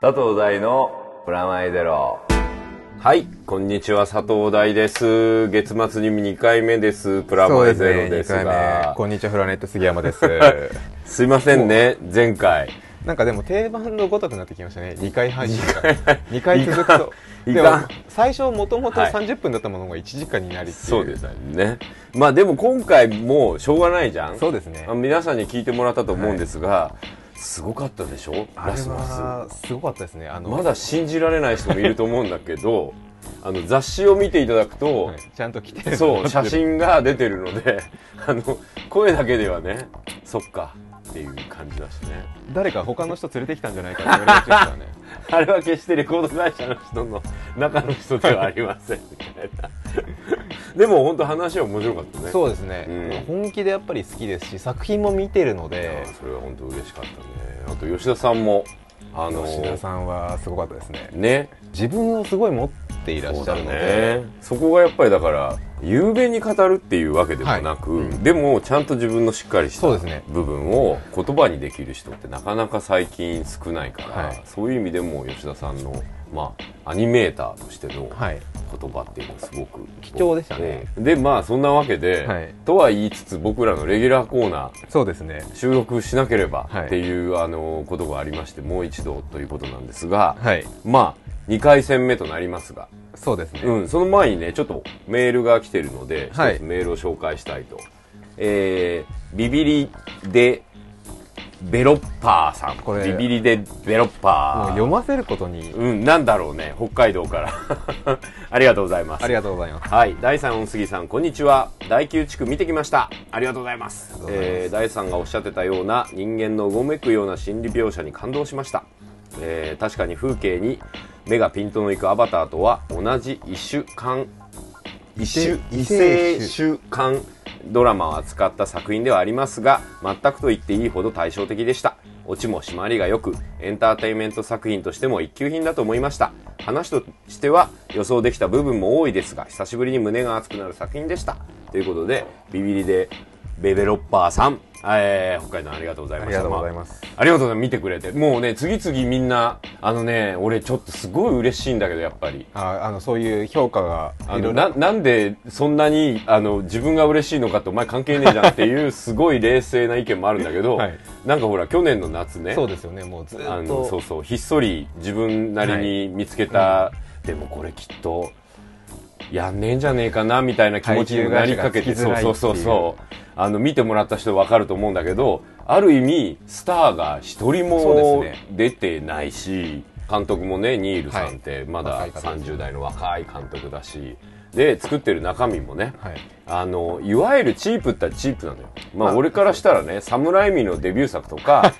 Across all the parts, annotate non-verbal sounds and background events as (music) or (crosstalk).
佐藤大のプラマイゼロ。はい、こんにちは、佐藤大です。月末に2回目です。プラそマうでイすゼロね、で2す回目が。。こんにちは、フラネット杉山 (laughs) です。すいませんね、前回。なんかでも定番のごとくなってきましたね、2回配信が。2回続くと。いかんいでもかん、最初もともとはい30分だったものが1時間になりっていう。そうで。すね。まあでも今回もうしょうがないじゃん。そうですねあ。皆さんに聞いてもらったと思うんですが、すごかったでしょあれラスボは、すごかったですね。あス。の、まだ信じられない人もいると思うんだけど、あの雑誌を見ていただくと、はいちゃんと来て (laughs) る。そう、写。真が出てるの (laughs) で、あの、声だけではね、そっかっていう感じだしね。誰か他の人連れてきたんじゃないかって言われましたから (laughs) ね。あれは決してレコード会社の人の中の人ではありません、みたいな。 (laughs) でも本当話は面白かったね。そうですね、うん本気でやっぱり好きですし、作品も見てるのいやで、それは本当嬉しかったね。あと吉田さんも、あの、吉田さんはすごかったですね。ね。自分をすごい持っていらっしゃるので、そこがやっぱりだから雄弁に語るっていうわけでもなく、はいうんでもちゃんと自分のしっかりしたそうですね部分を言葉にできる人ってなかなか最近少ないから、はいそういう意味でも吉田さんの、まあ、アニメーターとしてのはい。言葉っていうのはすごく貴重でしたねうんでまあそんなわけで、はいとは言いつつ僕らのレギュラーコーナーそうですね。収録しなければはいっていう、あのことがありましてもう一度ということなんですが、はい。まあ2回戦目となりますがそうですね。うん、その前にね、ちょっとメールが来てるので、はい一つメールを紹介したいと。えー、ビビリでベロッパーさん。これビビリでベロッもうパー。読ませることに、うん、なんだろうね、北海道から。 (laughs) ありがとうございます。ありがとうございます。はい、第三お杉さん、こんにちは。第九地区見てきました。ありがとうございます。りがとうございますえー、第三がおっしゃってたような人間のうごめくような心理描写に感動しました。えー、確かに風景に目がピントのいくアバターとは同じ一種間異種異異性性種種間ドラマを扱った作品ではありますが全くと言っていいほど対照的でしたオチも締まりがよくエンターテインメント作品としても一級品だと思いました話としては予想できた部分も多いですが久しぶりに胸が熱くなる作品でしたということでビビリでベベロッパーさん、えー北海道ありがとうございましたありがとうございますありがとうございます見てくれてもうね次々みんなあのね俺ちょっとすごい嬉しいんだけどやっぱりああのそういう評価があいろのいろななんでそんなにあの自分が嬉しいのかってお前関係ねえじゃんっていうすごい冷静な意見もあるんだけど、 (laughs) はいなんかほら去年の夏ねそうですよねもうずっあのとそうそうひっそり自分なりに見つけた、でもこれきっとやんねえんじゃねえかなみたいな気持ちになりかけて配給そう会社そがうつそうきづらいっていうそうあの見てもらった人分かると思うんだけどある意味スターが一人そうもですね出てないし監督もねニールさんってまだ若い方です30代の若い監督だしで作ってる中身もね、はいあのいわゆるチープったらチープなのよ、まあまあ俺からしたらねサムライミのデビュー作とか、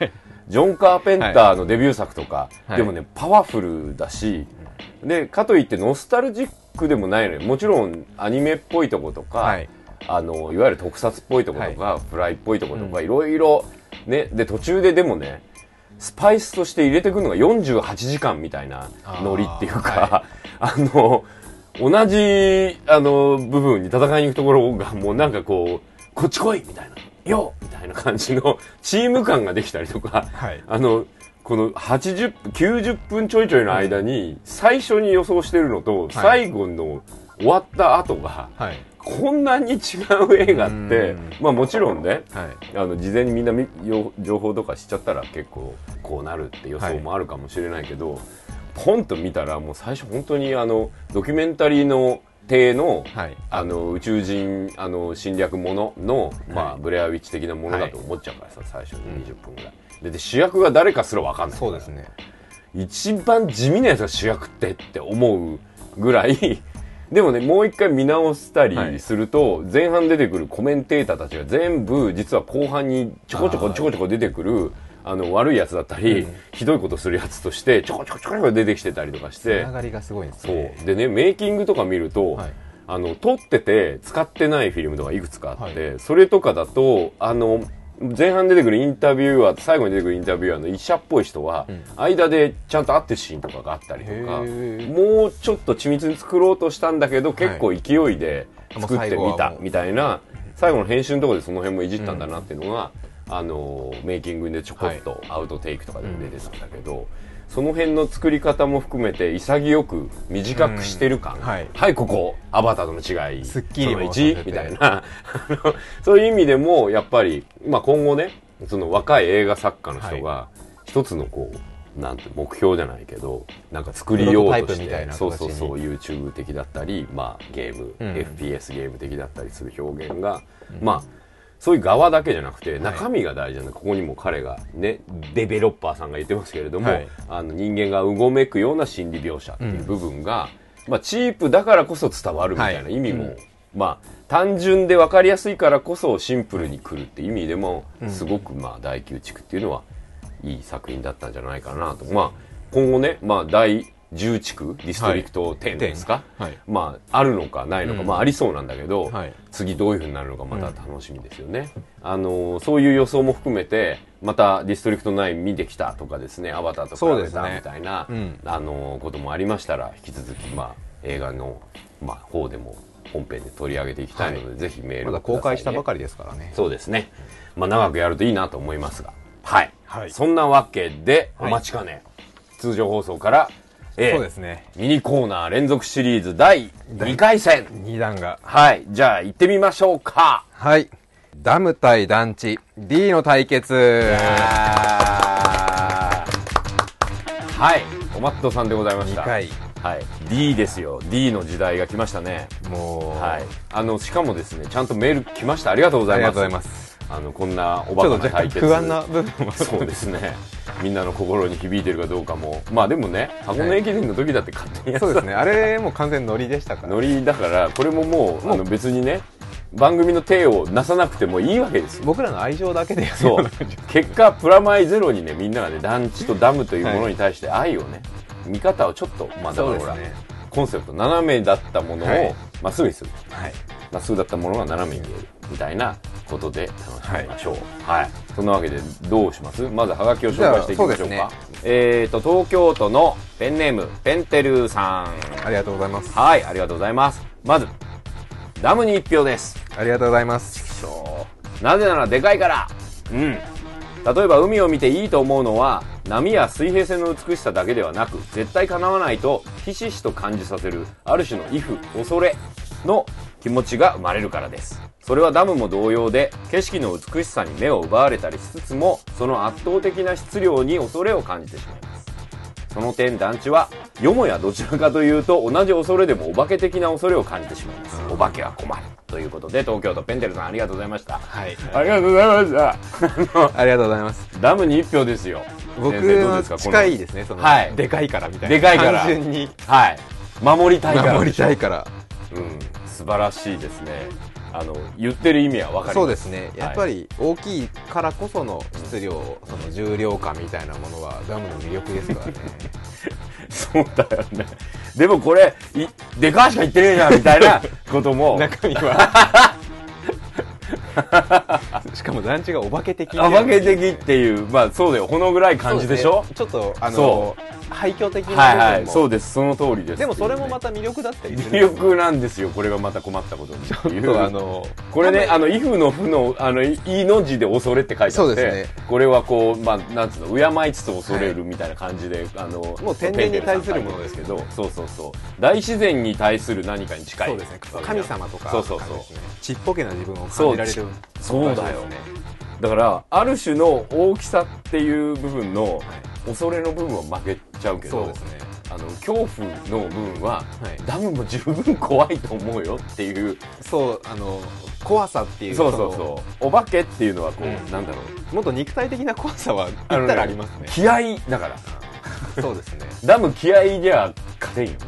ジョン・カーペンターのデビュー作とか、はいでもねパワフルだし、でかといってノスタルジックでもないのよもちろんアニメっぽいとことか、はいい、あのいわゆる特撮っぽいとことか、フライっぽいとことか、いろいろねで途中ででもねスパイスとして入れてくるのが48時間みたいなノリっていうかあ,、の同じあの部分に戦いに行くところがもうなんかこうこっち来いみたいなよっみたいな感じのチーム感ができたりとか、はいあのこの80 90分ちょいちょいの間に最初に予想してるのと最後の終わった後がはいこんなに違う映画ってうんまあもちろんねはいあの事前にみんなみよ情報とかしちゃったら結構こうなるって予想もあるかもしれないけど、ポンと見たらもう最初本当にあのドキュメンタリーの体の,、はいあの宇宙人あの侵略ものの、まあ、ブレアウィッチ的なものだと思っちゃうからさ、最初に20分ぐらい。でで主役が誰かすら分かんないかそらうですね一番地味なやつが主役ってって思うぐらい (laughs) でもねもう一回見直したはりいすると、前半出てくるコメンテーターたちが全部実は後半にちょこちょこあーちょこちょこ出てくるあの悪いやつだったり、うんひどいことするやつとしてちょこちょこちょこちょこ出てきてたりとかしつてながりがすごいんですそねうでねメイキングとか見ると、はいあの撮ってて使ってないフィルムとかいくつかあって、はそれとかだとあの前半出てくるインタビュアーと最後に出てくるインタビュアーの医者っぽい人は、うん間でちゃんと会ってるシーンとかがあったりとかへもうちょっと緻密に作ろうとしたんだけど結構勢いで作ってもうみ最後はたもうみたいな最後の編集のところでその辺もいじったんだなっていうのが、あのメイキングでちょこっとアウトテイクとかでも出てたんだけど、その辺の作り方も含めて潔く短くしてる感、うんはいここアバターとの違いすっきりもそのさせ1てみたいな (laughs) あのそういう意味でもやっぱり、まあ、今後ねその若い映画作家の人が一つのこうなんて目標じゃないけどなんか作りようプロトとタイしプみたいてなそうそうそう形 YouTube 的だったり、まあ、ゲーム、うん FPS ゲーム的だったりする表現が、まあそういう側だけじゃなくて中身が大事なんで、ここにも彼がねデベロッパーさんが言ってますけれども、はいあの人間がうごめくような心理描写っていう部分が、まあ、チープだからこそ伝わるみたいなはい意味も、まあ単純で分かりやすいからこそシンプルに来るっていう意味でも、すごくまあ大宮地区っていうのはいい作品だったんじゃないかなと、まあ、今後ね、まあ、第10地区ディストリクト10ですか、はいまあ、あるのかないのか、うんまあ、ありそうなんだけど、はい次どういうふうになるのかまた楽しみですよね、あのーそういう予想も含めてまた「ディストリクト9」見てきたとかですね「アバター」とそ比うでべすたねみたいな、うんあのーこともありましたら引き続き、まあ、映画の、まあ、方でも本編で取り上げていきたいので、ぜひメールまをだくださいね公開したばかりですからね。そうですね、まあ、長くやるといいなと思いますがはい、はいそんなわけでおはい待ちかね、通常放送から、えーそうですね。ミニコーナー連続シリーズ第2回戦二段が。はいじゃあ行ってみましょうかはい。ダム対団地 D の対決。はいトマットさんでございました二回はい、D ですよ D の時代が来ましたねもう、はいあのしかもですねちゃんとメール来ましたありがとうござあいりがまとうすございます。あのこんなおちバょカなっと若対干決不安な部分も。そうですねみんなの心に響いてるかどうかもまあでもね箱根駅伝の時だって勝手にやってたそうですね。あれもう完全ノリでしたから。ノリだからこれももうあの別にね番組の体をなさなくてもいいわけですよ僕らの愛情だけでやるよ (laughs) そうな感じ結果プラマイゼロにねみんながね団地とダムというものに対して愛をね、見方をちょっとまあだからほそうら、ですねコンセプト斜めだったものはをいまっすぐにするはい。まっすぐだったものが斜めに見えるみたいなことで楽しみましょうはい、そんなわけでどうしますまずハガキを紹介していきましょうじゃあかそえっ、と東京都のペンネームペンテルーさんありがとうございます。はい、ありがとうございます。まず、ダムに一票です。ありがとうございます。そうなぜならでかいからうん。例えば海を見ていいと思うのは、波や水平線の美しさだけではなく、絶対叶わないと、ひしひしと感じさせる、ある種の畏怖、恐れの気持ちが生まれるからです。それはダムも同様で、景色の美しさに目を奪われたりしつつも、その圧倒的な質量に恐れを感じてしまいます。その点団地はよもやどちらかというと同じ恐れでもお化け的な恐れを感じてしまいます、お化けは困るということで東京都ペンテルさんありがとうございましたはい。ありがとうございました (laughs) あのありがとうございます。ダムに一票ですよ僕先生どうではすかこの近いですね、その、はいでかいからみたいな。でかいから単純にはい守りたいから守りたいから。うん素晴らしいですねあの言ってる意味は分かりますそうですね。やっぱり、り大きいからこその質量、その重量感みたいなものはダムの魅力です (laughs) からね。そうだよねでもこれいでかいしか言ってねえなみたいなこと (laughs) も中には。 (laughs) しかも団地がお化け的。お化け的っていうまあそうだよこのぐらい感じでしょそうすねちょっと、あその、廃墟的な部分も。はいはいそうですその通りですでもそれもまたた魅力だったりする魅力なんですよこれがまた困ったことにちょちょっとあの、これねああの「イフの「負の「あの「い」の字で「恐れ」って書いてあってそうですこれはこうまあなんつうの敬いつつ恐れるみたいな感じで、あのもう天然に対するものですけどそうそうそう大自然に対する何かに近いそうですね。神様とか、そうそうそう感じですねちっぽけな自分を感そうじられる。そうだよね。だからある種の大きさっていう部分の、い恐れの部分は負けちゃうけどそうですね。あの恐怖の部分は、はいダムも十分怖いと思うよっていうそう、あの、怖さっていう。そうそうそのそうお化けっていうのはこう、うんなんだろうもっと肉体的な怖さは言っあのねたらありますね。気合だからそうですね。ダム気合じゃ勝 (laughs) てんよね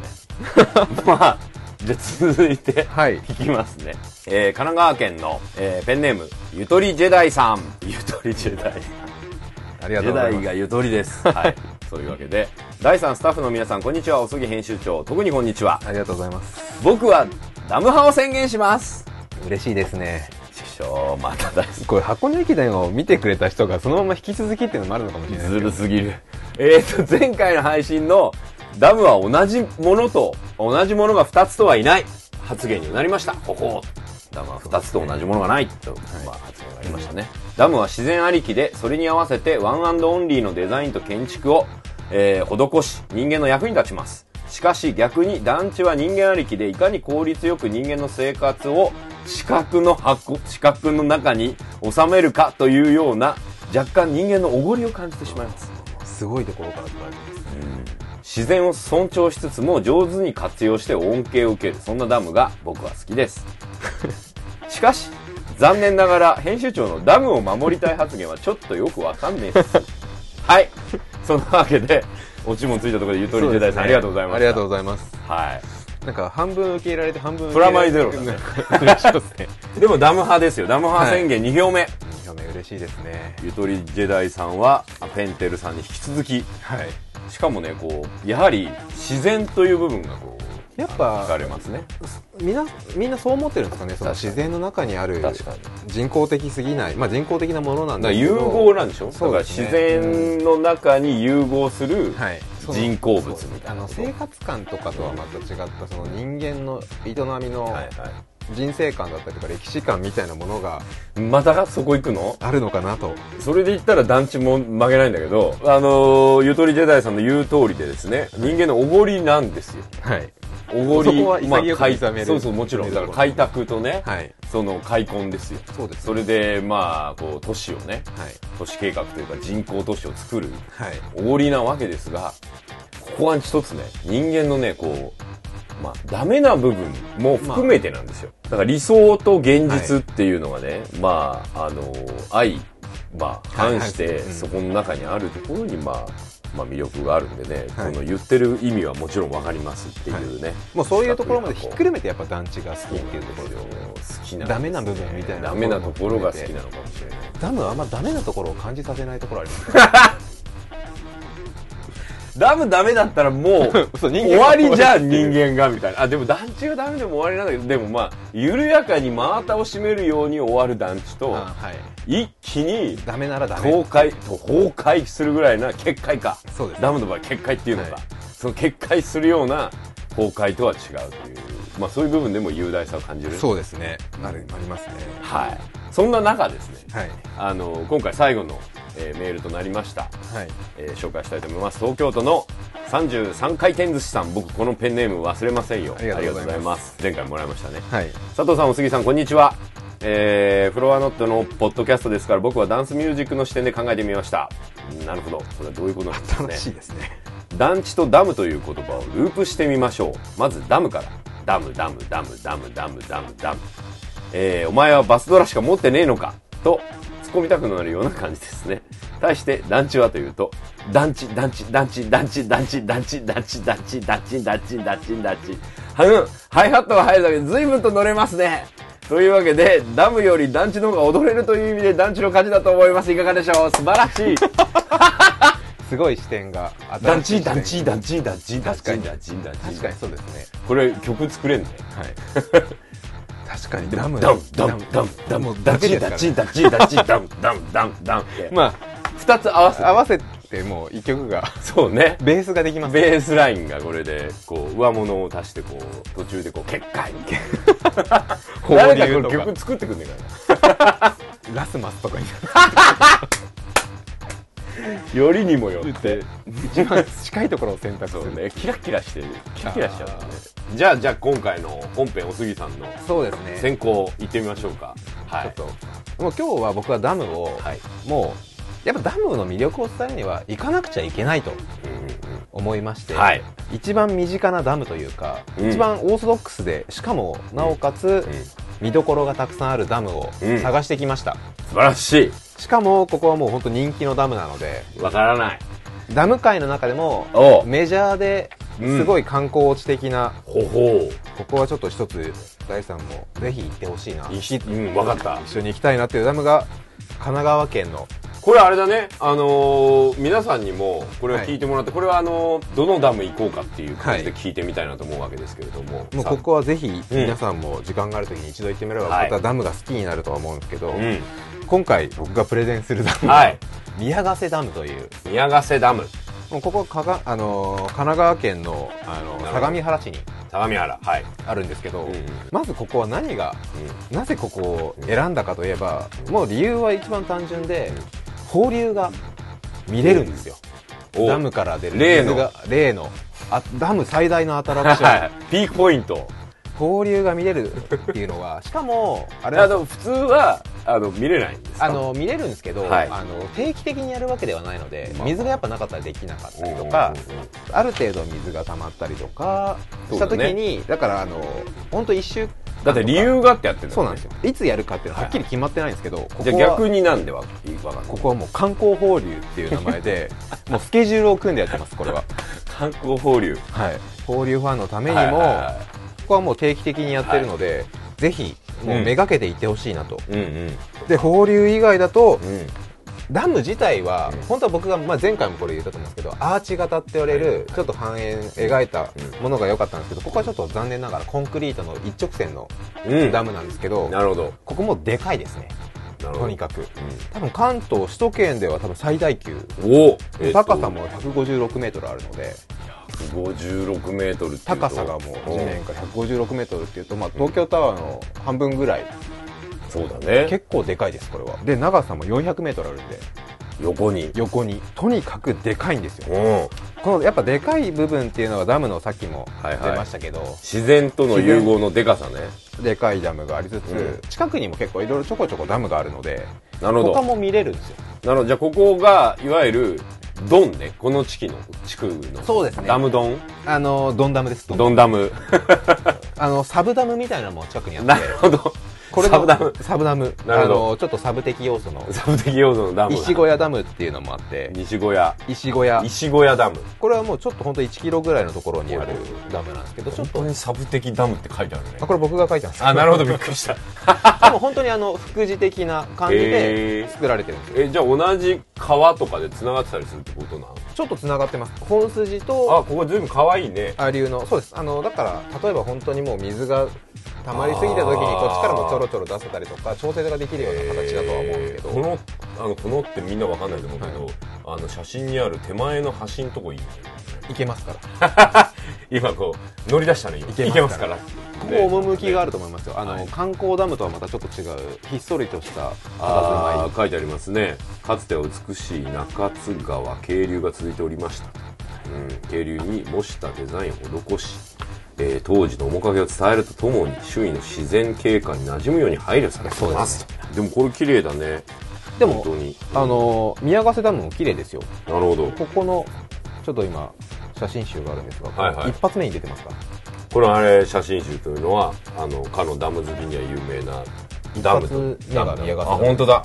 まあじゃあ続いてはい。いきますね、えー神奈川県の、えーペンネームゆとりジェダイさんゆとりジェダイありがジとェうござダいイます。がゆとりですはいそういうわけで第3スタッフの皆さんこんにちはおすぎ編集長特にこんにちはありがとうございます。僕はダム派を宣言します嬉しいですね。ちくしょうまた大好きこれ箱根駅伝を見てくれた人がそのまま引き続きっていうのもあるのかもしれないですずけどるすぎる。えー、と、前回の配信のダムは同じものと、同じものが2つとはいない発言になりました。ほほうダムは2つと同じものがないと、まあ、発言がありましたね。ダムは自然ありきで、それに合わせてワンオンリーのデザインと建築をえー施し人間の役に立ちますしかし逆に団地は人間ありきでいかに効率よく人間の生活を四角の箱四角の中に収めるかというような若干人間のおごりを感じてしまいますすごいところから捉えてます自然を尊重しつつも上手に活用して恩恵を受けるそんなダムが僕は好きです (laughs) しかし残念ながら編集長のダムを守りたい発言はちょっとよくわかん (laughs) ねえですはいそんなわけでオチもついたところでゆとり時代さん、ありがとうございましたありがとうございますはなんか半分受け入れられて半分プラマイゼロだね (laughs) ね嬉しいですねい、でもダム派ですよダム派宣言2票目、二票目嬉しいですねゆとりジェダイさんはあペンテルさんに引き続きはいしかもねこうやはり自然という部分がこうやっぱ惹かれますねみんなみんなそう思ってるんですかねその確かに自然の中にある確かに人工的すぎない、まあ、人工的なものなんだかでらすけ融ど合なんでしょそうですねだから自然の中に融合するはい、その人工物みたいあなのこと生活感とかとはまた違ったその人間の営みのはいは人生観だったりとか歴史観みたいなものがいまたそこ行くのあるのかなとそれで言ったら団地も曲げないんだけどあのーゆとりジェダイさんの言う通りでですね人間のおごりなんですよはいおごりそこは潔く開見定めるそうそうもちろんだから開拓とね、はいその開墾ですよそうですそれでまあこう都市をねはい都市計画というか人工都市を作るはいおごりなわけですがここは一つね人間のねこうまあダメな部分も含めてなんですよ、だから理想と現実っていうのがね、まああの相まあはい反してうんそこの中にあるところにまあまあ魅力があるんでね、はいその言ってる意味はもちろんわかりますっていうね、もうそういうところまでひっくりるめてやっぱ団地が好きっていうところで好きなダメな部分みたいなダメなところが好きなのかもしれないダムはあんまダメなところを感じさせないところありますダムダメだったらも (laughs) う嘘人終間がわりじゃん人間がみたいなあでも団地がダメでも終わりなんだけどでもまあ緩やかに真綿を締めるように終わる団地とあはい一気にダメならダメ倒壊と崩壊するぐらいな決壊かそうですダムの場合決壊っていうのか、はいその決壊するような崩壊とは違うというまあそういう部分でも雄大さを感じるそうですねあるありますねはいそんな中ですねはいあの今回最後の、えーメールとなりましたはいえー紹介したいと思います東京都の33回転寿司さん僕このペンネーム忘れませんよありがとうございますありがとうございます前回もらいましたねはい佐藤さんお杉さんこんにちはえーフロアノットのポッドキャストですから僕はダンスミュージックの視点で考えてみましたなるほどそれはどういうことなんですか楽ねしいですね団地とダムという言葉をループしてみましょうまずダムからダムダムダムダムダムダムダム、えーお前はバスドラしか持ってねえのかと突っ込みたくなるような感じですね対して団地はというと団地団地団地団地団地団地団地団地団地団地団地団地うんハイハットが入るだけで随分と乗れますねというわけでダムより団地の方が踊れるという意味で団地の勝ちだと思いますいかがでしょう素晴らしいすごい視点が新しい団地視点団地団地団地団地確かに団地団地確かにそうですねこれ曲作れんねはい (laughs) 確かにダダムムダムダムダムダムダだけチですダからチダチダチ (laughs) ダムダムダムダムってままあ2つ合わせあ合わせてもう一曲がそうねベースができますベースラインがこれでこう上物を足してこう途中でこう結界放誰か流これとか曲作ってくんねえかラスマスとかになよりにもよって一番近いところを選択すそうるねキラキラしてるキラキラしちゃうからねじゃあじゃあ今回の本編おすぎさんのそうですね先行行ってみましょうかはちょいっともう今日は僕はダムをはいもうやっぱダムの魅力を伝えるには行かなくちゃいけないと思いましてはい一番身近なダムというかうん一番オーソドックスでしかもなおかつ見どころがたくさんあるダムをうん探してきました素晴らししかもここはもう本当人気のダムなのでいわからないダム界の中でもおうメジャーでうんすごい観光地的な、ほほここはちょっと一つ大さんもぜひ行ってほしいなういしうんわかった一緒に行きたいなっていうダムが神奈川県のこれあれだねあのー皆さんにもこれを聞いてもらって、これはあのーどのダム行こうかっていう感じで聞いてみたいなと思うわけですけれども、もうさここはぜひ皆さんも時間がある時に一度行ってみればはまいたダムが好きになるとは思うんですけど、う今回僕がプレゼンするダムんは、はい宮ヶ瀬ダムという宮ヶ瀬ダムもうここかが、あのー神奈川県の、あのなるほどー相模原市に相模原はい、あるんですけど、うんまずここは何がなぜここを選んだかといえばもう理由は一番単純で放流が見れるんですよおダムから出る例の水が例のあダム最大のアトラクション、はいピークポイント交流が見れるっていうのがしかもああれなんですよの普通はあの見れないんですかあの見れるんですけど、はいあの定期的にやるわけではないのでまあ水がやっぱなかったらできなかったりととかか、ある程度水が溜まったりとかそしうただ時ねにだ,、からあの本当一週だって理由があってやってるんだそうもなんねですよいつやるかっていうのははっきり決まってないんですけど、こじゃこあは逆になんでわわかんないここはもう観光放流っていう名 (laughs) 前でもうスケジュールを組んでやってますこれは観光放流はい放流ファンのためにも、はいはいはここはもう定期的にやってるので、ぜひもうめがけていってほしいなと、いうんで放流以外だとうんうんダム自体は、うん本当は僕が、まあ、前回もこれ言ったと思うんですけどアーチ型って言われるちょっと半円描いたものが良かったんですけどここはちょっと残念ながらコンクリートの一直線のうんダムなんですけど、なるほどここもでかいですねなるほどとにかく多分関東首都圏では多分最大級うんおえっと高さも156メートルあるので156メートルっていうと高さがもう地面から156メートルっていうと、まあ、東京タワーの半分ぐらいそうだね結構でかいですこれはで長さも400メートルあるんで横に横にとにかくでかいんですようんこのやっぱでかい部分っていうのがダムのさっきもはいはい出ましたけど、自然との融合のでかさねでかいダムがありつつ、うん近くにも結構いろいろちょこちょこダムがあるのでなるほ他ども見れるんですよなるほどじゃあここがいわゆるドンねこの地区の地区のそうですねダムドンあのドンダムですドンドンダムあのサブダムみ (laughs) たいなのも近くにあってなるほ (laughs) どこれのサブダムサブダムなるほどあのちょっとサブ的要素のサブ的要素のダムが石小屋ダムっていうのもあって西小屋石小屋石小屋ダムこれはもうちょっと本当1キロぐらいのところにあるダムなんですけどちょっとにサブ的ダムって書いてあるねあこれ僕が書いたんですけあなるほどびっくりしたどでも本当にあの副次的な感じへでー作られてるんですよえじゃあ同じ川とかでつながってたりするってことなのちょっとつながってます本筋あとここ随分可愛いね下流のそうですあのだから例えば本当にもう水が溜まりすぎた時にこっちからもちょろちょろ出せたりとか調整ができるような形だとは思うんですけど、このあのこのってみんなわかんないと思うけど、あの写真にある手前の端んとこいいねいけますから今こう乗り出したね今いけますからここ趣があると思いますよあの、はい観光ダムとはまたちょっと違うひっそりとしたあ佇まー書いてありますねかつては美しい中津川渓流が続いておりました、うん、渓流に模したデザインを施し、えー当時の面影を伝えるとともに周囲の自然景観に馴染むように配慮されていますで,、もこれ綺麗だねいで本も当にあの宮ヶ瀬ダムも綺麗ですよなるほどここのちょっと今写真集があるんですが、はいはい一発目に出てますかこれあれ写真集というのはあのかのダム好きには有名なダムと一発目が宮あヶ瀬本当だ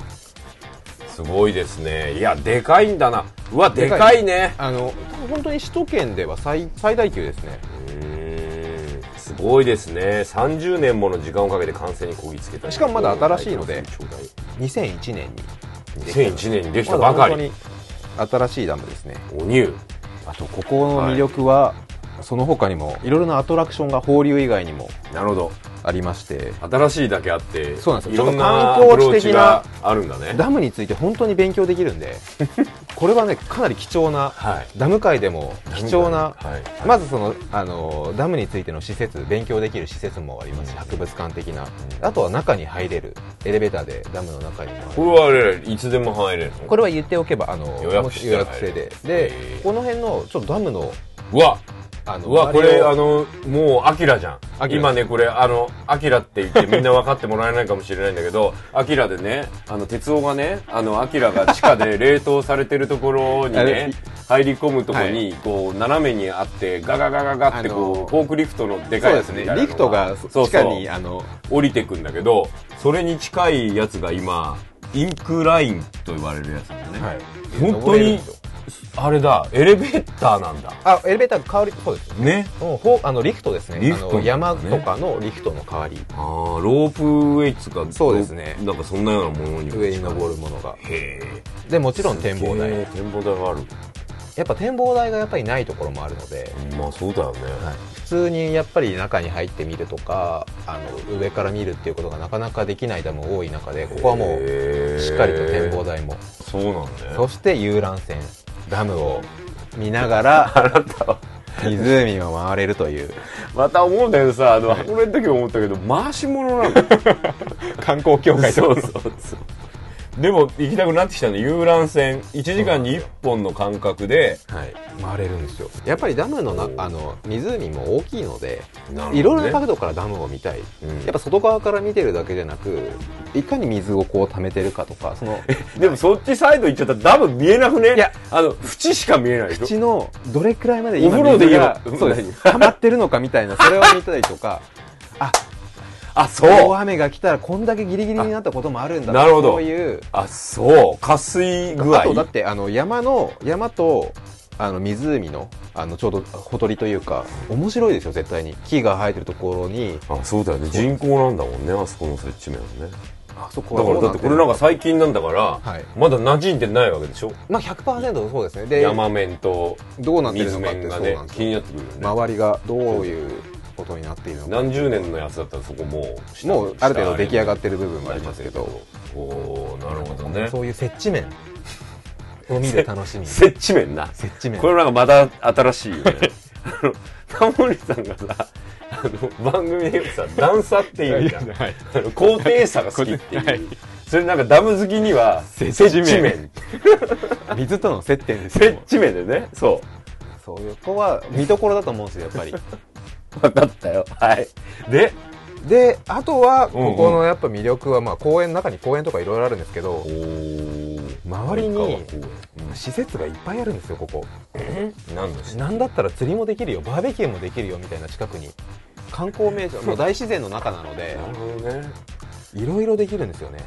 すごいですねいやでかいんだなうわでかいねあの本当に首都圏では最最大級ですねうーんすごいですね30年もの時間をかけて完成にこぎつけたしかもまだ新しいのでちょうだい2001年に2001年にできたばかりまだ本当に新しいダムですねおニュあとここの魅力は、その他にもいろいろなアトラクションが放流以外にもなるほどありまして新しいだけあってそうなんですよいろんなちょっアプと観光ロー地チ的ながあるんだねダムについて本当に勉強でき (laughs) るんでこれはねかなり貴重なはいダム界でも貴重なはいまずそのあのダムについての施設勉強できる施設もありますし博物館的なあとは中に入れるエレベーターでダムの中にもあるこれはあれいつでも入れるのこれは言っておけばあの予約して予約制ででへーこの辺のちょっとダムのうわあのうわこ周りれをあのもうアキラじゃアんキラ今ねこれあのアキラって言ってみんな分かってもらえないかもしれないんだけど (laughs) アキラでねあの哲夫がねあのアキラが地下 (laughs) で冷凍されてるところにあれね入り込むとこはにこう斜めにあってガガガガガってあこのうフォークリフトのでそかういでやすつねみたいなのリフトがそう地下にそうあの降りてくんだけどそれに近いやつが今インクラインと言われるやつなんだね、はい本当登れるんにですよあれだエレベーターなんだあエレベーター代わりそうですねうんほうあのリフトですねリフトあの山ねとかのリフトの代わりああロープウェイつかそうですねなんかそんなようなものに上に登るものがへえでもちろん展望台展望台があるやっぱ展望台がやっぱりないところもあるので、まあそうだよね、普通にやっぱり中に入ってみるとかあの上から見るっていうことがなかなかできないダム多い中でここはもううしっかりと展望台も、そうなんだよそして遊覧船ダムを見ながら (laughs) あなたは湖を回れるというまた思うんだけどさあの箱根の時も思ったけど回し物なんだよ観光協そうとそうそう (laughs) でも行きたくなってきたね遊覧船1時間に1本の間隔ではい、回れるんですよやっぱりダムのなあの湖も大きいのでなるほどねいろいろな角度からダムを見たい、うんやっぱ外側から見てるだけじゃなくいかに水をこう溜めてるかとか (laughs) そのでもそっちサイド行っちゃったらダム見えなくねいやあの縁しか見えないでしょ口のどれくらいまでお風呂で水が言えばそうです溜まってるのかみたいなそれを見たり (laughs) とかあそう大雨が来たらこんだけギリギリになったこともあるんだなるほどそういうあそう加水具合あとだってあの山の山とあの湖のあのちょうどほとりというか面白いですよ絶対に木が生えてるところにあそうだよね人工なんだもんねあそこの設置面はねあそこだからだってこれなんか最近なんだから、はいまだ馴染んでないわけでしょまあ100%そうですねで山面とどうなってる水のかって面そがうなねんです気よになってくるよね、周りがどういうことになっているのか何十年のやつだったらそこもう下もうある程度出来上がっててる部分もありますけどおおーなるほどねそういう設置面を見る楽しみ設設置面な置面これなんかまた新しいよね (laughs) あのタモリさんがさあの番組でよくさ段差っていうじゃんはいあの (laughs) 高低差が好きっていう、それなんかダム好きには接接地面地面水との接点です接よ地面でねそうそういう子は見どころだと思うんですよやっぱり分かったよはいで (laughs) であとはうんうんここのやっぱ魅力は、まあ、公園中に公園とかいろいろあるんですけど周りに施設がいっぱいあるんですよここ何のしなんだったら釣りもできるよバーベキューもできるよみたいな近くに観光名 (laughs) 所もう大自然の中なのでるほどねいろいろできるんですよね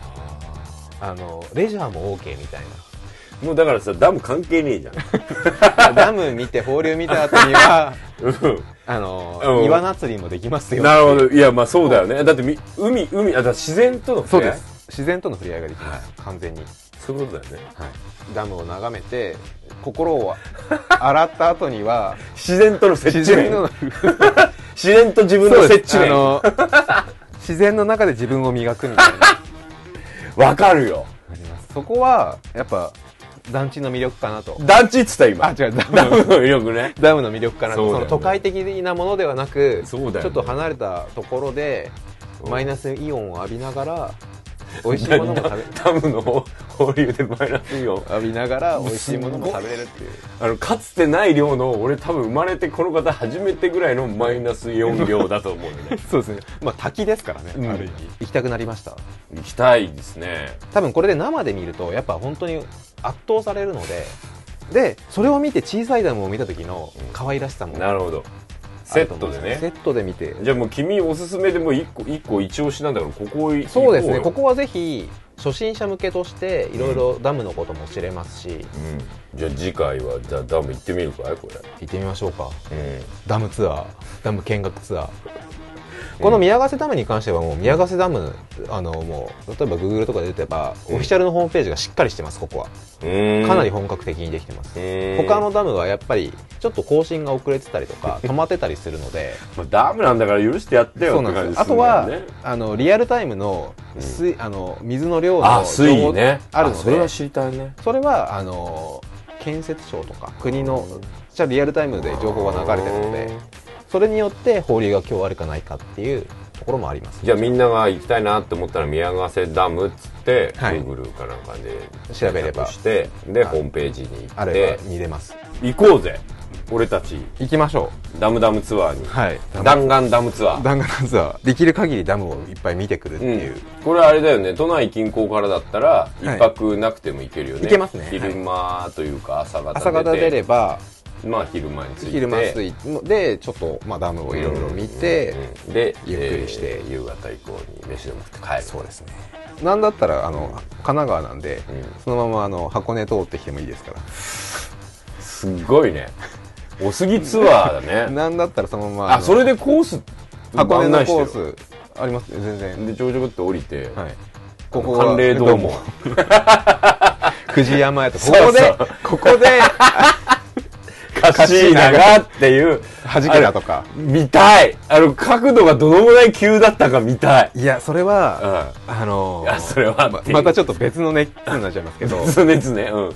あのレジャーも OK みたいもうだからさダム関係ねえじゃんなダム見て放流見た後に (laughs) はうあの、うん岩な釣りもできますよんなるほどいやまあそうだよねだってみ海海あだから自然とのそう触れ合でいす自然との触れ合いができます、完全にそういうことだよねダムを眺めて心を (laughs) 洗った後に (laughs) は自然との接自地面然の自然と自分のそう接で地すあ面の自然の中で自分を磨くみたいなわかるよそこはやっぱ団地の魅力かなと団地っつったあ今 (laughs) 違うダムダムのの魅力ねダムの魅力かなとそうそ,、だよねの都会的なものではなく、ちそうだょよねっと離れたところでうんマイナスイオンを浴びながら美味しいものも食べダムの放流でマイナスイオン浴びながら美味しいものも食べれるっていうあのかつてない量の俺多分生まれてこの方初めてぐらいのマイナスイオン量だと思うよ (laughs) ねそうですねまあ滝ですからね、うんある意味行きたくなりました行きたいですね多分これで生で見るとやっぱ本当に圧倒されるのででそれを見て小さいダムを見た時の可愛らしさもなるほどセットでセッねトで見てじゃあもう君おすすめでもう一個一個一押しなんだからここ行こそうですねよここはぜひ初心者向けとしていろいろダムのことも知れますし、うんじゃあ次回はじゃあダム行ってみるかいこ行ってみましょうかれうんダムツアーダム見学ツアーこの宮ヶ瀬ダムに関してはもう宮ヶ瀬ダムあのもう例えば Google とかで出てればオフィシャルのホームページがしっかりしてますここはかなり本格的にできてます他他のダムはやっぱりちょっと更新が遅れてたりとか溜まってたりするのでまあ、ダムなんだから許してやってよそうっなてん (laughs) です感よじするあとんだよはねあのリアルタイムの水,、あの水の量のあ水情位報ねあるのでそれは知りたいねそれはあの建設省とか国のじゃあリアルタイムで情報が流れてるのでそれによって放流が今日あるかないかっていうところもありますじゃあみんなが行きたいなって思ったら宮ヶ瀬ダムっつって、はい Google かなんかで調べれ検ば索してであホームページに行あっれてば見れます行こうぜ俺たち行きましょダムダムツアーに、うはい弾丸ダムツアー、弾丸ツアーできる限りダムをいっぱい見てくるってういんう、、これあれだよね都内近郊からだったら一泊なくても行けるよね、行けますね昼間というか朝方出て朝方出ればまあ昼間に着いて昼間水でちょっと、まあ、ダムをいろいろ見て、うんでゆっくりしてえー夕方以降に飯でも食って帰るそうですねなんだったらあの神奈川なんで、うんそのままあの箱根通ってきてもいいですからすご (laughs) いねおすぎツアーだねなんだったらそのままあのそれでコース箱根のコ案内ースありますね全して然るでちょこちょこって降りて、はいこここは寒冷 (laughs) 堂もどう久慈山へとこそうこそうでここでカシーナがっていう弾けたとかあれ見たいあの角度がどのぐらい急だったか見たいいやそれうんは、あのいやそれはまっていうまたちょっと別の熱になっちゃいますけどそうですねうん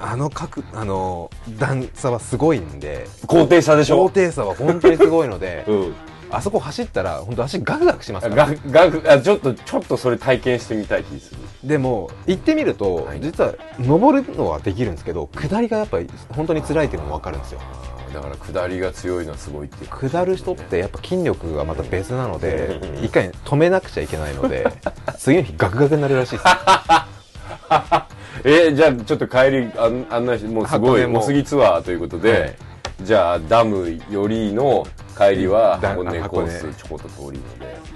あの各あの段差はすごいんで高低差でし高ょ低差は本当にすごいので、うんあそこ走ったら本当足ガクガクしますからががあちょっとちょっとそれ体験してみたい気するでも行ってみると、はい実は登るのはできるんですけど下りがやっぱり本当に辛いっていうのも分かるんですよだから下りが強いのはすごいっていう下る人ってやっぱ筋力がまた別なので (laughs) 一回止めなくちゃいけないので (laughs) 次の日ガクガクになるらし (laughs) いですえーじゃあちょっと帰りあんあんなもうすご箱い根ももうすぎツアーということで、じゃあダムよりの帰りはダ箱根コー箱根スちょこっと通りので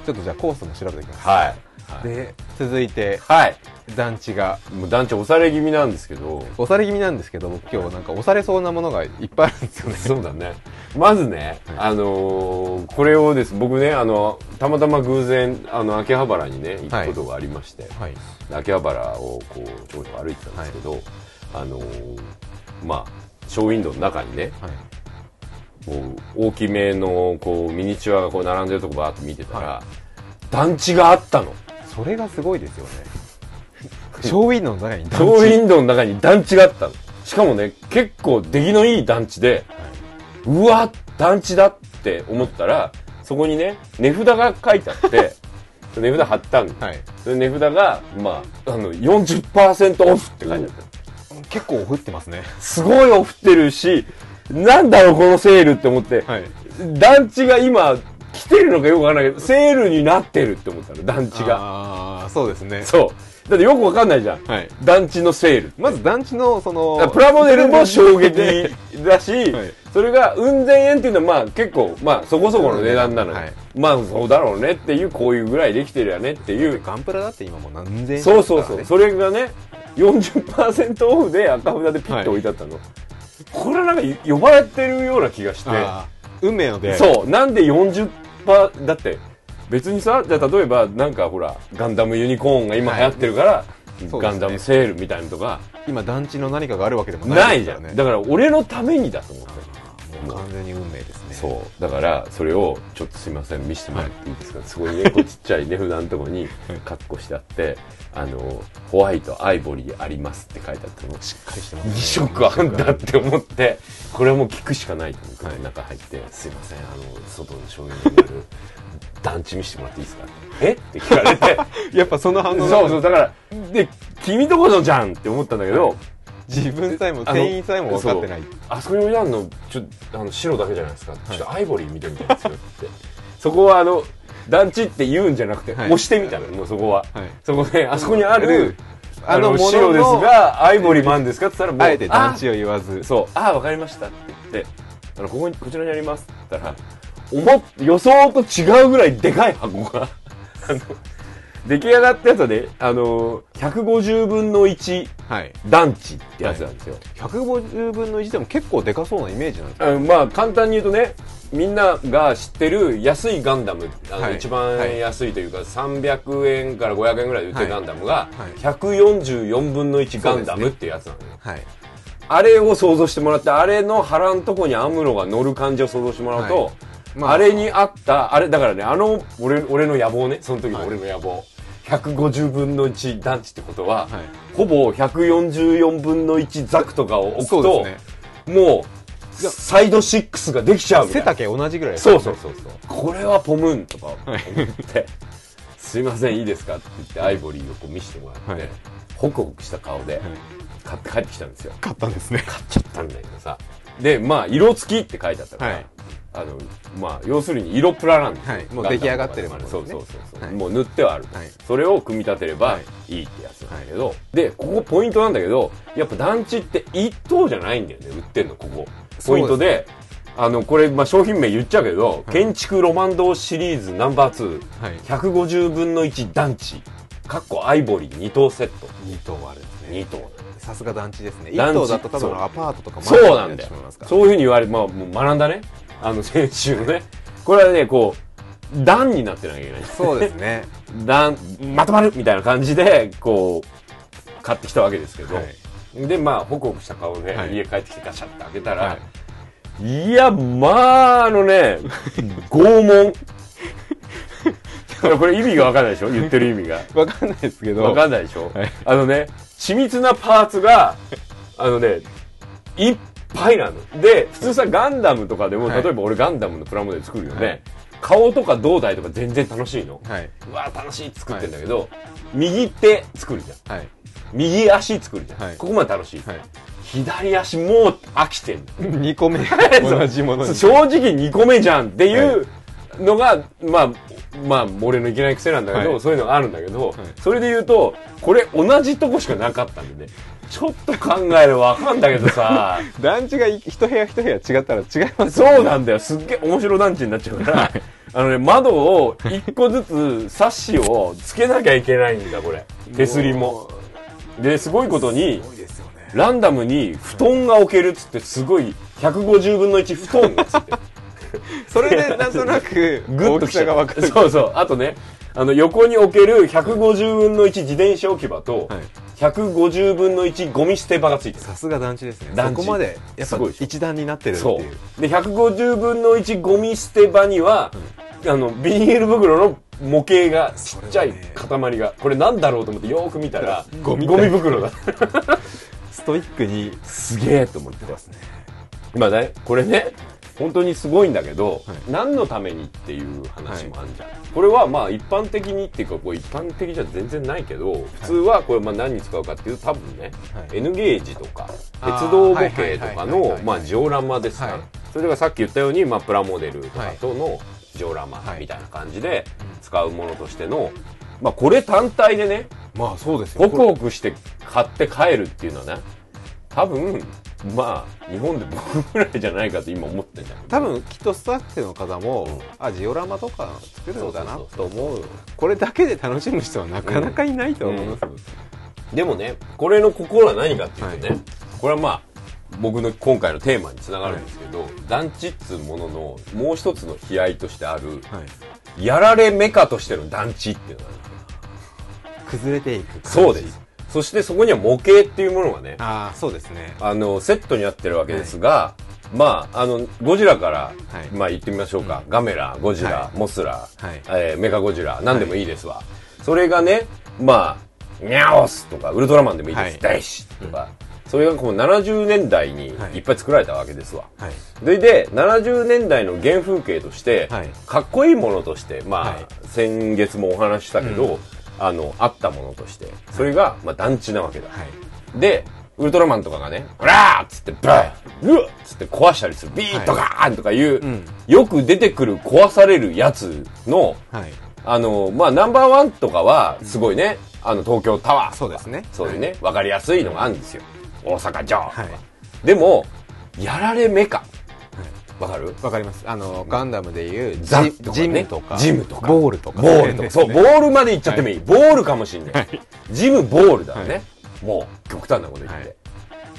ちょっとじゃあコースも調べておき (laughs) ます、はいはい、で続いてはい、団地がもう団地押され気味なんですけど押され気味なんですけど僕今日なんか押されそうなものがいっぱいあるんです (laughs) よねそうだね。まずね、あのーこれをです、僕ね、あの、たまたま偶然、あの、秋葉原にね、行くことがありまして、はい秋葉原をこう、ちょこちょこ歩いてたんですけど、あのーまあ、ショーウィンドウの中にね、はいこう、大きめの、こう、ミニチュアがこう、並んでるとこばーっと見てたら、は団地があったの。それがすごいですよねショーウィンドウの中にショーウィンドウの中に団地があったの。しかもね、結構出来のいい団地で、うわ、団地だって思ったら、そこにね、値札が書いてあ (laughs) って、値札貼ったんはいその値札が、まあ、あの、40%オフって書いてあった。結構降ってますねすごいオフってるし、なんだろう、このセールって思って、はい団地が今、来てるのかよくわからないけど、セールになってるって思ったの、団地が。ああそうですねそう。だってよくわかんないじゃん。はい団地のセールって。まず団地のそだからのプラモデルも衝撃だし、はいそれが雲仙円っていうのはまあ結構まあそこそこの値段なのよ、はいまあそうだろうねっていうこういうぐらいできてるよねっていうガンプラだって今もう何千円そうそうそう、ですかそれがね40%オフで赤札でピッと置いてあったの、これはなんか呼ばれてるような気がしてらねあー運命の出会いそうなんで40%だって別にさじゃあ例えばなんかほらガンダムユニコーンが今流行ってるから、そうですねガンダムセールみたいなのとか今団地の何かがあるわけでもなないいじですゃかん、らねだから俺のためにだと思ってもう完全に運命ですねそうだからそれをちょっとすいません見せてもらっていいですか、そこにねこうちっちゃい値札のとこにカッコしてあって「あのホワイトアイボリーあります」って書いてあったのしっかりしてますね2色あんだって思ってこれはもう聞くしかないと思って、中入って「すいませんあの外の商品にある (laughs) 団地見せてもらっていいですか?」えって聞かれ (laughs) てやっぱその反応がそうそうだからで君とこのじゃんって思ったんだけど、自分さえもあの店員さえも分かってないそうあそこに置いてあるのちょあの白だけじゃないですか、ちょっとアイボリー見てみたいですよってそこはあの団地って言うんじゃなくて、はい押してみたのもうそこは、はいそこであそこにあうるん、あのあのものの白ですがアイボリーマンですかって言ったらもうあえて団地を言わずあそうああわかりましたって言ってあのここにこちらにありますって言ったら思っ予想と違うぐらいでかい箱が (laughs) あの出来上がったやつはねあの150分の1はい団地ってやつなんですよ、 150分の1でも結構でかそうなイメージなんですあのまあ簡単に言うとねみんなが知ってる安いガンダムあの、はい一番安いというか、300円から500円ぐらいで売ってるはガいンダムが、はい144分の1ガンダそうですねムってやつなのよ、はいあれを想像してもらってあれの腹のとこにアムロが乗る感じを想像してもらうと、はいあまあれに合ったあれだからねあの俺俺の野望ねその時の俺の野望、150分の1団地ってことは、はいほぼ144分の1ザクとかを置くそうと、でもう、サイド6ができちゃうすねみた背いな。丈同じぐらいですねそうそうそうそう。これはポムーンとか思って、すいません、いいですかって言って、アイボリーをこう見せてもらって、はいホクホクした顔で、買って帰ってきたんですよ。買ったんですね買っちゃったんだけどさ。で、まあ、色付きって書いてあったから、はいあの、まあ、要するに色プラなんですよ。はいもう出来上がってるものですそねうそうそうそう、はいもう塗ってはある、はいそれを組み立てればはいいいってやつなんだけど、で、ここポイントなんだけど、やっぱ団地って一等じゃないんだよね、売ってんの、ここ。ポイントで、あの、これ、まあ、商品名言っちゃうけど、建築ロマン堂シリーズナンバー2、はい150分の1団地、かっこアイボリー2等セット。 2棟あるんですね2等さすが団地ですね団1地棟だと多分アパートとかそうなんだよマンションになってしまいます。からそういうふうに言われ、まあ、もう学んだね。あの、先週のね。これはね、こう、段になってなきゃいけない。そうですね段、まとまるみたいな感じで、こう、買ってきたわけですけど。はで、まあ、ホクホクした顔で、はい家帰ってきてガシャって開けたら、、はいや、まあ、あの (laughs) ね、拷問。 (laughs) これ意味がわかんないでしょ言ってる意味が。分かんないですけどわかんないでしょ、はいあのね、緻密なパーツが、あのね、いっぱいなの。で、普通さ、ガンダムとかでも、はい例えば俺ガンダムのプラモデル作るよね。はい顔とか胴体とか全然楽しいの。はいうわー楽しいって作ってんだけど、右手作るじゃん。はい右足作るじゃん。はいここまで楽しい。はい左足もう飽きてんの。 2個目そう同じものに正直2個目じゃんっていうのが、まあまあ俺のいけない癖なんだけど、はいそういうのがあるんだけど、それで言うとこれ同じとこしかなかったんでねちょっと考えればわかんだけどさ団地が一部屋一部屋違ったら違います (laughs) そうなんだよすっげえ面白団地になっちゃうから、あのね窓を1個ずつサッシをつけなきゃいけないんだこれ手すりも。ですごいことに多いですよねランダムに布団が置けるっつってすごい150分の1布団がついてるそれでなんとなくグッ大ときさが分かるそうそうあとねあの横に置ける150分の1自転車置き場と、はい150分の1ゴミ捨て場がついてるさすが団地ですね団そ地こまでやっすぱごいでしょ一段になってるってそいううで150分の1ゴミ捨て場には、あのビニール袋の模型がちっちゃそれいはね塊が、これなんだろうと思ってよーく見たらゴミゴミ袋だストイックにすげえと思ってますねまあねこれね本当にすごいんだけど、何のためにっていう話もあるじゃん、これはまあ一般的にっていうかこう一般的じゃ全然ないけど普通はこれまあ何に使うかっていうと多分ね、はい N ゲージとかあー鉄道模型とかはいはいはいはいのはいまあジオラマですから、はいそれがさっき言ったようにまあプラモデルとかはいとのジオラマはいみたいな感じで使うものとしてのまあこれ単体でねまあそうですホクホクして買って帰るっていうのはね多分まあ日本で僕ぐらいじゃないかと今思ってんだよ多分きっとスタッフの方も、あジオラマとか作るのかなそうと思うこれだけで楽しむ人はなかなかいないと思います、でもねこれの心は何かっていうとね、はいこれはまあ僕の今回のテーマにつながるんですけど、団地っつうもののもう一つの悲哀としてあるはい、やられメカとしての団地っていうのがあるんですよ崩れていく感じそうですそしてそこには模型っていうものがねああそうですねあのセットになってるわけですが、まああのゴジラから、はいまあ言ってみましょうか、ガメラゴジラ、はモスラ、はいえーメカゴジラ何でもいいですわ、それがねまあニャオスとかウルトラマンでもいいです、はい大志とか、それがこう70年代にはいいっぱい作られたわけですわ、はいそれで70年代の原風景として、はいかっこいいものとしてまあ、はい先月もお話ししたけど、あのあったものとしてそれが、まあ、団地なわけだ、はいで、ウルトラマンとかがね、オラーっつって、ブラーうわっつって壊したりする。ビーッとガーンとかいう、んよく出てくる壊されるやつの、はいあの、まあ、ナンバーワンとかは、すごいね、あの、東京タワーとかそうですねそういうね、わ、かりやすいのがあるんですよ。大阪城とか。はいでも、やられメカ。わ、かるわかりますあのガンダムでいうジザッとかねジムとかジムとかボールとかボールとか。そう、ボールまで行っちゃってもいい。ボールかもしんない。ジム、ボールだよね。もう、極端なこと言って。はい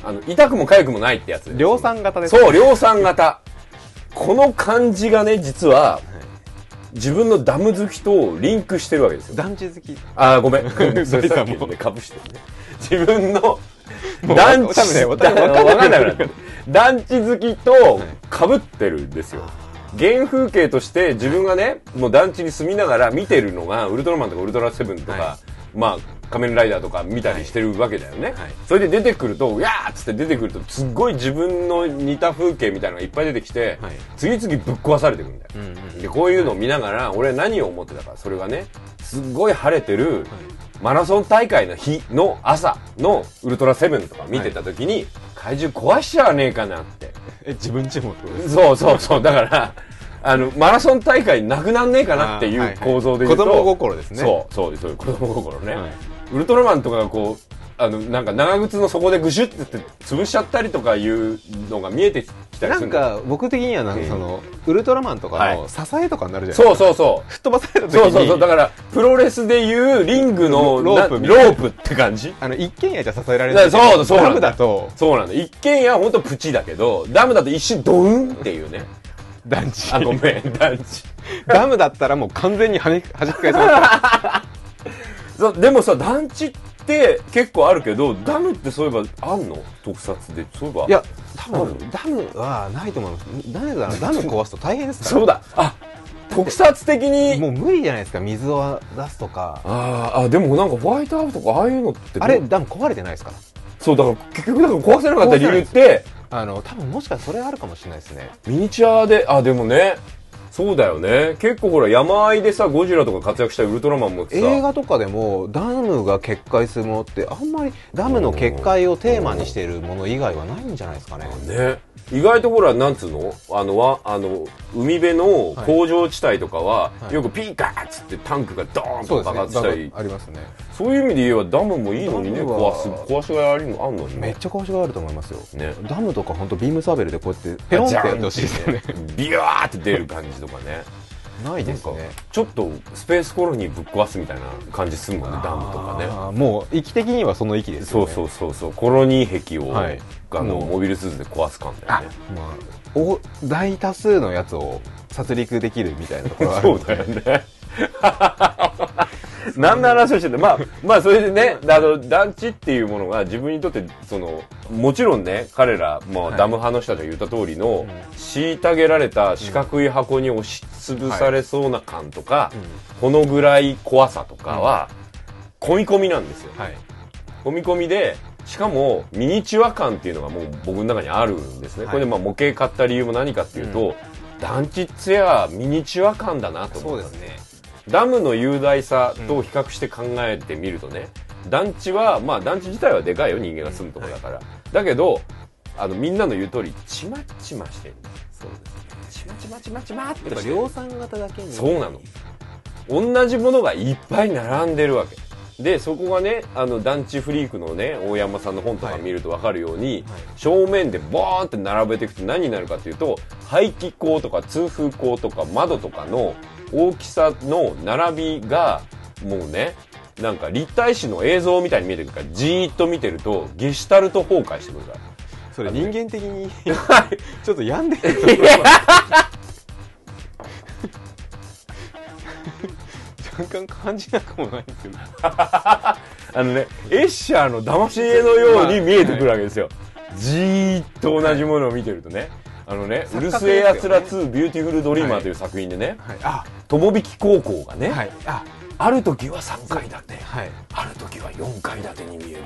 あの、痛くも痒くもないってやつ。量産型ですそう、量産型。この感じがね、実は、自分のダム好きとリンクしてるわけですよ。団地好きあー、ごめ (laughs) ん。それ大ささっんきものね、かぶしてるね。自分の、もう団多分ね地、わかんないわかんなくなった団地好きと被ってるんですよ。原風景として自分がね、もう団地に住みながら見てるのが、ウルトラマンとかウルトラセブンとか、はまあ、仮面ライダーとか見たりしてるわけだよね。はいそれで出てくると、うやーっつって出てくると、すっごい自分の似た風景みたいなのがいっぱい出てきて、はい次々ぶっ壊されてくるんだよ。うんうんでこういうのを見ながら俺は何を思ってたかそれがねすっごい晴れてるマラソン大会の日の朝のウルトラセブンとか見てた時に怪獣壊しちゃわねえかなってえ自分ちもってことですそうそうそうだ (laughs) からあのマラソン大会なくなんねえかなっていあーはうい構造で言うと子供心ですねそうそうそう子供心ねはいウルトラマンとかがこうあのなんか長靴の底でぐしゅってって潰しちゃったりとかいうのが見えてきたりなするんんだよか僕的にはなんうんかそのウルトラマンとかはの支えとかになるじゃないですかそうそうそう吹っ飛ばされた時にそうそうそう。だから、プロレスでいうリングのロロープなみロたいなープって感じあの一軒家じゃ支えられだかならいそうだそうダなんムだとそうなんだ。一軒家はほんとプチだけど、ダムだと一瞬ドーンっていうね。団地あ、ごめん、団地。 (laughs) ダムだったらもう完全にはね弾き返されたそうでもさ、団地って結構あるけど、ダムってそういえばあんの特撮で。そういえば。いや多分ダムはないと思いますダメ (laughs) だなダム壊すと大変ですかそうだ。あ、特撮的らに。もう無理じゃないですか水を出すとかあーあ、でもなんかホワイトアウトとかああいうのって。あれダム壊れてないですかそう、だから結局だから壊せなかった理由って、らあの多分もしかしたらそれあるかもしれないですねミニチュアで、あ、でもね、そうだよね結構ほら山あいでさゴジラとか活躍したウルトラマンもさ映画とかでもダムが決壊するものってあんまりダムの決壊をテーマにしているもの以外はないんじゃないですかね。ね意外とほらなんつうのあのわあの海辺の工場地帯とかは、はいよくピーカーっつってタンクがドーンそうとです爆ね。発したり、ありますね。そういう意味で言えばダムもいいのにねダム壊はす壊しがありもあんのにめっねちゃしがあると思いますよ。ねダムとか本当ビームサーベルでこうやってペロンってジャーンやってほしいですよね。ビュワーって出る感じとかね (laughs) ないですなんかね。ちょっとスペースコロニーぶっ壊すみたいな感じするもんねダムとかねあーもう域的にはその域ですそようね。そうそうそうコロニー壁を、はいあのもうモビルスーツで壊す感だよねまあ、お大多数のやつを殺戮できるみたいなところはあ (laughs) るそうだよね何の話をしてんだまあまあそれでねあの団地っていうものが自分にとってそのもちろんね彼ら、まあはいダム派の人たちが言った通りの、ん虐げられた四角い箱に押しつぶされそうな感とか、うんこのぐらい怖さとかは、込み込みなんですよはい、込み込みでしかもミニチュア感っていうのがもう僕の中にあるんですね、はいこれでまあ模型買った理由も何かっていうと、団地っつやミニチュア感だなとそ思うったですねダムの雄大さと比較して考えてみるとね、団地はまあ団地自体はでかいよ人間が住むとこだから、だけどあのみんなの言う通りちまちましてるそうですねちまちまちまちまってやっぱしてる量産型だけにそうなの同じものがいっぱい並んでるわけでそこがねあの団地フリークのね大山さんの本とか見ると分かるように、はい正面でボーンって並べていくと何になるかっていうと排気口とか通風口とか窓とかの大きさの並びがもうねなんか立体視の映像みたいに見えてくるからじーっと見てるとゲシュタルト崩壊してくるからそれ人間的にちょっと病んでる若干感じなくもないんですけどあのね、エッシャーの騙し絵のように見えてくるわけですよ。じーっと同じものを見てるとね。あのね、う錯覚るですよねせえやつら2ビューティフルドリーマーという作品でね、はいあ友引高校がね、はいあある時は3階建て、はいある時は4階建てに見えるという。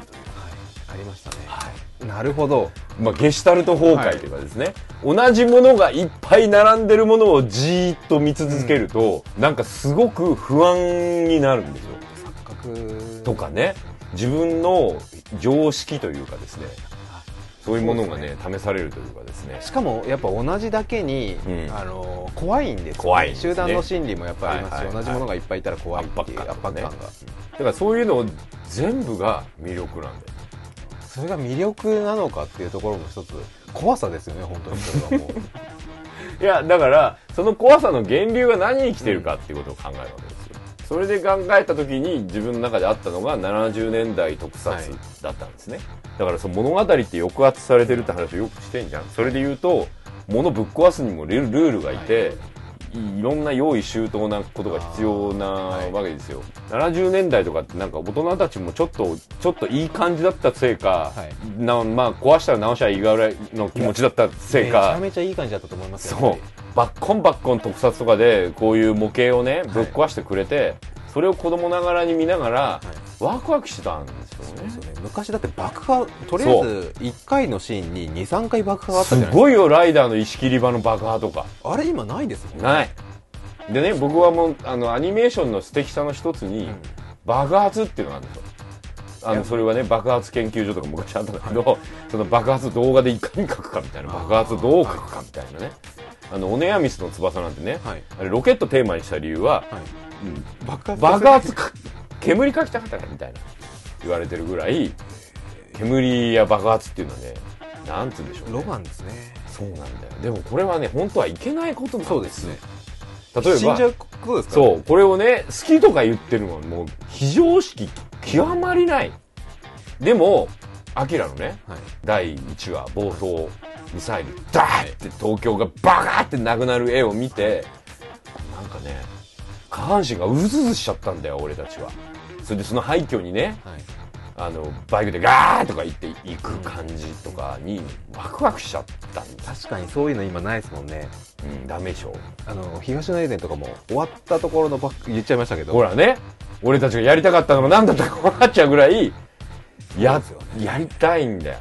ありましたねはいなるほどまあ、ゲシュタルト崩壊というかですね、同じものがいっぱい並んでるものをじーっと見続けると、なんかすごく不安になるんですよ。錯覚とかね自分の常識というかですねそういうものがね試されるというかですねしかもやっぱ同じだけに、うんあの怖いんですよね怖いんですね集団の心理もやっぱありますし、はいはいはい同じものがいっぱいいたら怖いっていう圧圧迫感迫感ねが、だからそういうの全部が魅力なんだよそれが魅力なのかっていうところも一つ怖さですよね本当にそれはもう (laughs) いやだからその怖さの源流が何に来てるかっていうことを考えるわけですよそれで考えた時に自分の中であったのが70年代特撮はいだったんですね、だからその物語って抑圧されてるって話をよくしてんじゃんそれで言うと物ぶっ壊すにもルルールがいて、い、ろんな用意周到なことが必要なあーわけですよ、70年代とかってなんか大人たちもちょっとちょっといい感じだったせいか、はいなまあ壊したら直したらいいぐらいの気持ちだったせめいちか、ゃめちゃいい感じだったと思いますよやっそぱりうバッコンバッコン特撮とかでこういう模型をねぶっ壊してくれて、それを子供ながらに見ながら、ワクワクしてたんですよねそうですよね昔だって爆破とりあえず1回のシーンに23回爆破があったすじゃないですごいよライダーの石切り場の爆破とかかあれ今ないですもんねないでね僕はもうあのアニメーションの素敵さの一つに、うん爆発っていうのがあるんですよあいのやそれはね爆発研究所とか昔あったんだけど、その爆発動画でいかに書くかみたいなあー爆発どう書くかみたいなねあのオネアミスの翼なんてね、はいあれロケットテーマにした理由は、はいうん爆発爆発か煙かきたかったからみたいな言われてるぐらい煙や爆発っていうのはねなんつうんでしょう、ね、ロマンですねそうなんだよでもこれはね本当はいけないことなんそうですね例え死んじばゃうことですかそううこれをね好きとか言ってるのはもう非常識極まりないでもアキラのねはい第1話冒頭ミサイルダーって東京がバカーってなくなる絵を見てなんかね下半身がうずうずしちゃったんだよ俺たちはそれでその廃墟にねはいあのバイクでガーッとか行って行く感じとかにワクワクしちゃったんだ、確かにそういうの今ないですもんねうん、ダメでしょあの東のエーデンとかも終わったところのバック言っちゃいましたけどほらね俺たちがやりたかったのが何だったか分かっちゃうぐらいや,、そうですよやりたいんだよ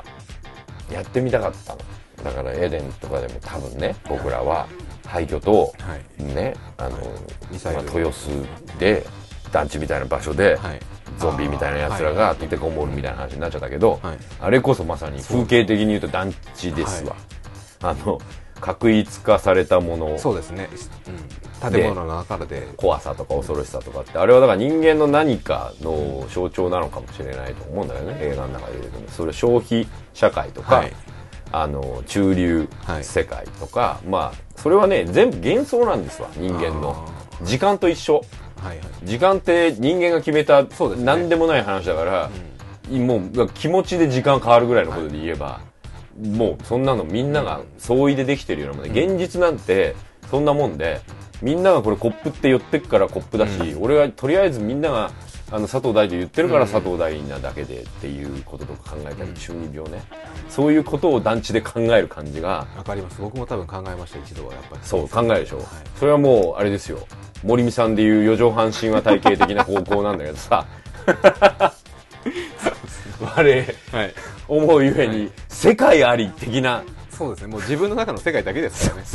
やってみたかったのだからエデンとかでも多分ね僕らは廃墟と、はいねあの、ミサイまあル豊洲で団地みたいな場所で、はいゾンビみたいなやつらが立てこもるみたいな話になっちゃったけど、はいあれこそまさに風景的に言うと団地ですわ、あの確一化されたものそうですね、うん、建物の中で怖さとか恐ろしさとかってあれはだから人間の何かの象徴なのかもしれないと思うんだよね、映画の中で言うとねそれ消費社会とか、はいあの中流はい世界とか、まあそれはね全部幻想なんですわ人間の時間と一緒はいはい時間って人間が決めたそうですね何でもない話だから、もう気持ちで時間変わるぐらいのことで言えば、もうそんなのみんなが相違でできてるようなもんで、現実なんてそんなもんでみんながこれコップって寄ってくからコップだし、俺はとりあえずみんながあの佐藤大と言ってるから佐藤大なだけでっていうこととか考えたり、中二病ねそういうことを団地で考える感じがわかります僕も多分考えました一度はやっぱりそう考えるでしょ、それはもうあれですよ森美さんでいう四畳半神話体系的な方向なんだけど (laughs) さ我はい思うゆえに、世界あり的なそうですねもう自分の中の世界だけですからね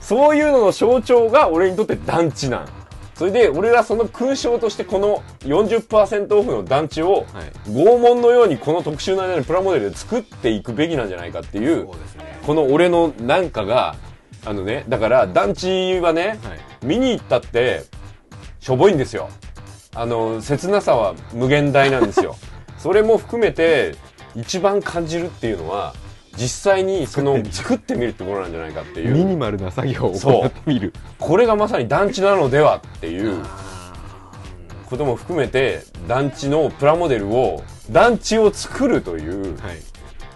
そういうのの象徴が俺にとって団地なんそれで俺はその勲章としてこの40%オフの団地をはい拷問のようにこの特集の間にプラモデルで作っていくべきなんじゃないかっていうそうですねこの俺のなんかがあのねだから団地はね、はい見に行ったってしょぼいんですよあの切なさは無限大なんです (laughs) よそれも含めて一番感じるっていうのは実際にその作ってみるってことなんじゃないかっていミニうマルな作業をそ行うってみるこれがまさに団地なのではっていうことも含めて団地のプラモデルを団地を作るというはい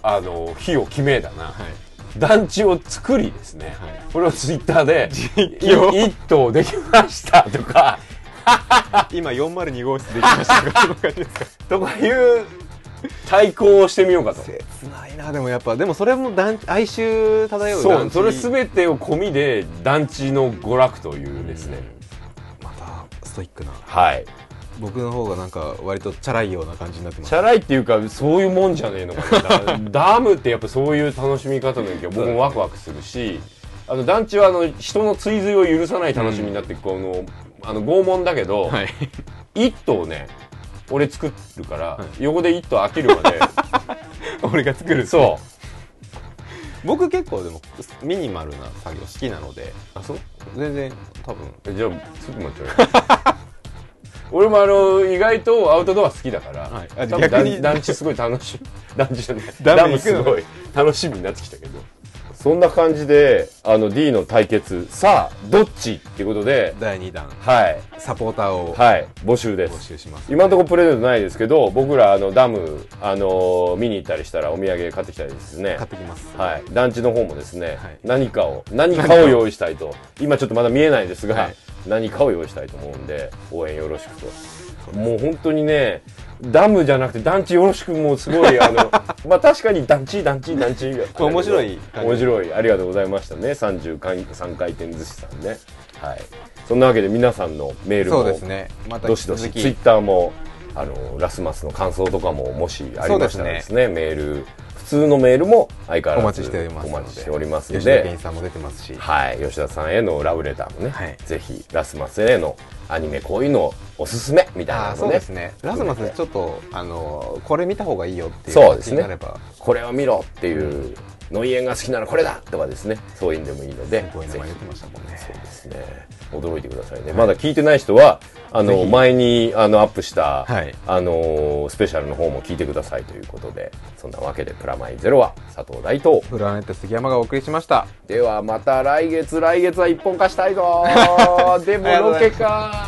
あの日を決めだな、はい団地を作りですね、はいこれをツイッターで実況い一棟できましたとか今402号室できましたがそんな感じですか (laughs) とかいう対抗をしてみようかと切ないなでもやっぱでもそれも団哀愁漂うそ団う地それ全てを込みで団地の娯楽というですね、またストイックなはい僕の方がなんか割とチャラいような感じになってますチャラいっていうかそういうもんじゃねえのか (laughs) なダムってやっぱそういう楽しみ方の影響僕もワクワクするしあの団地はあの人の追随を許さない楽しみになって、このあの拷問だけど、い一棟ね俺作るから、横で一棟飽きるまで (laughs) 俺が作るそう僕結構でもミニマルな作業好きなのであそう全然多分えじゃあすぐ待っちゃうよ (laughs) 俺もあの意外とアウトドア好きだから、はいあ多分逆に団団地すごい (laughs) 楽しみ団地じゃないダムダム行くすのごい楽しみになってきたけどそんな感じであの D の対決さあどっちっていうことで第2弾はいサポーターをはい募集です募集します今のところプレゼントないですけど僕らあのダム、あのー見に行ったりしたらお土産買ってきたりですね買ってきますはい、団地の方もですね、はい何かを何かを用意したいと今ちょっとまだ見えないですが、はい何かを用意したいと思うんで応援よろしくともう本当にねダムじゃなくて団地よろしくもうすごい (laughs) あのまあ確かに団地団地団地が面白い感じ面白いありがとうございましたね33回転寿司さんねはいそんなわけで皆さんのメールもそうですねまたど引しきどし続ツイッきターもあのラスマスの感想とかももしありましたらですねメール普通のメールも相変わらずお待ちしておりますおので待ちしておりますの吉田健で一さんも出てますしはい吉田さんへのラブレターもね、はいぜひラスマスへのアニメこういうのおすすめみたいあなあのそうねですねラスマスちょっとあのこれ見た方がいいよっていうそうです気ねになればこれを見ろっていう、ノイエンが好きならこれだとかですねそういうんでもいいのでこういう名ぜ前ひ出てましたもんねそうですね。驚いてくださいね。まだ聞いてない人は、あの、前に、あの、アップした、はいあの、スペシャルの方も聞いてくださいということで、そんなわけで、プラマイゼロは佐藤大東。フラネット杉山がお送りしましたでは、また来月、来月は一本化したいぞーでも、ロケかー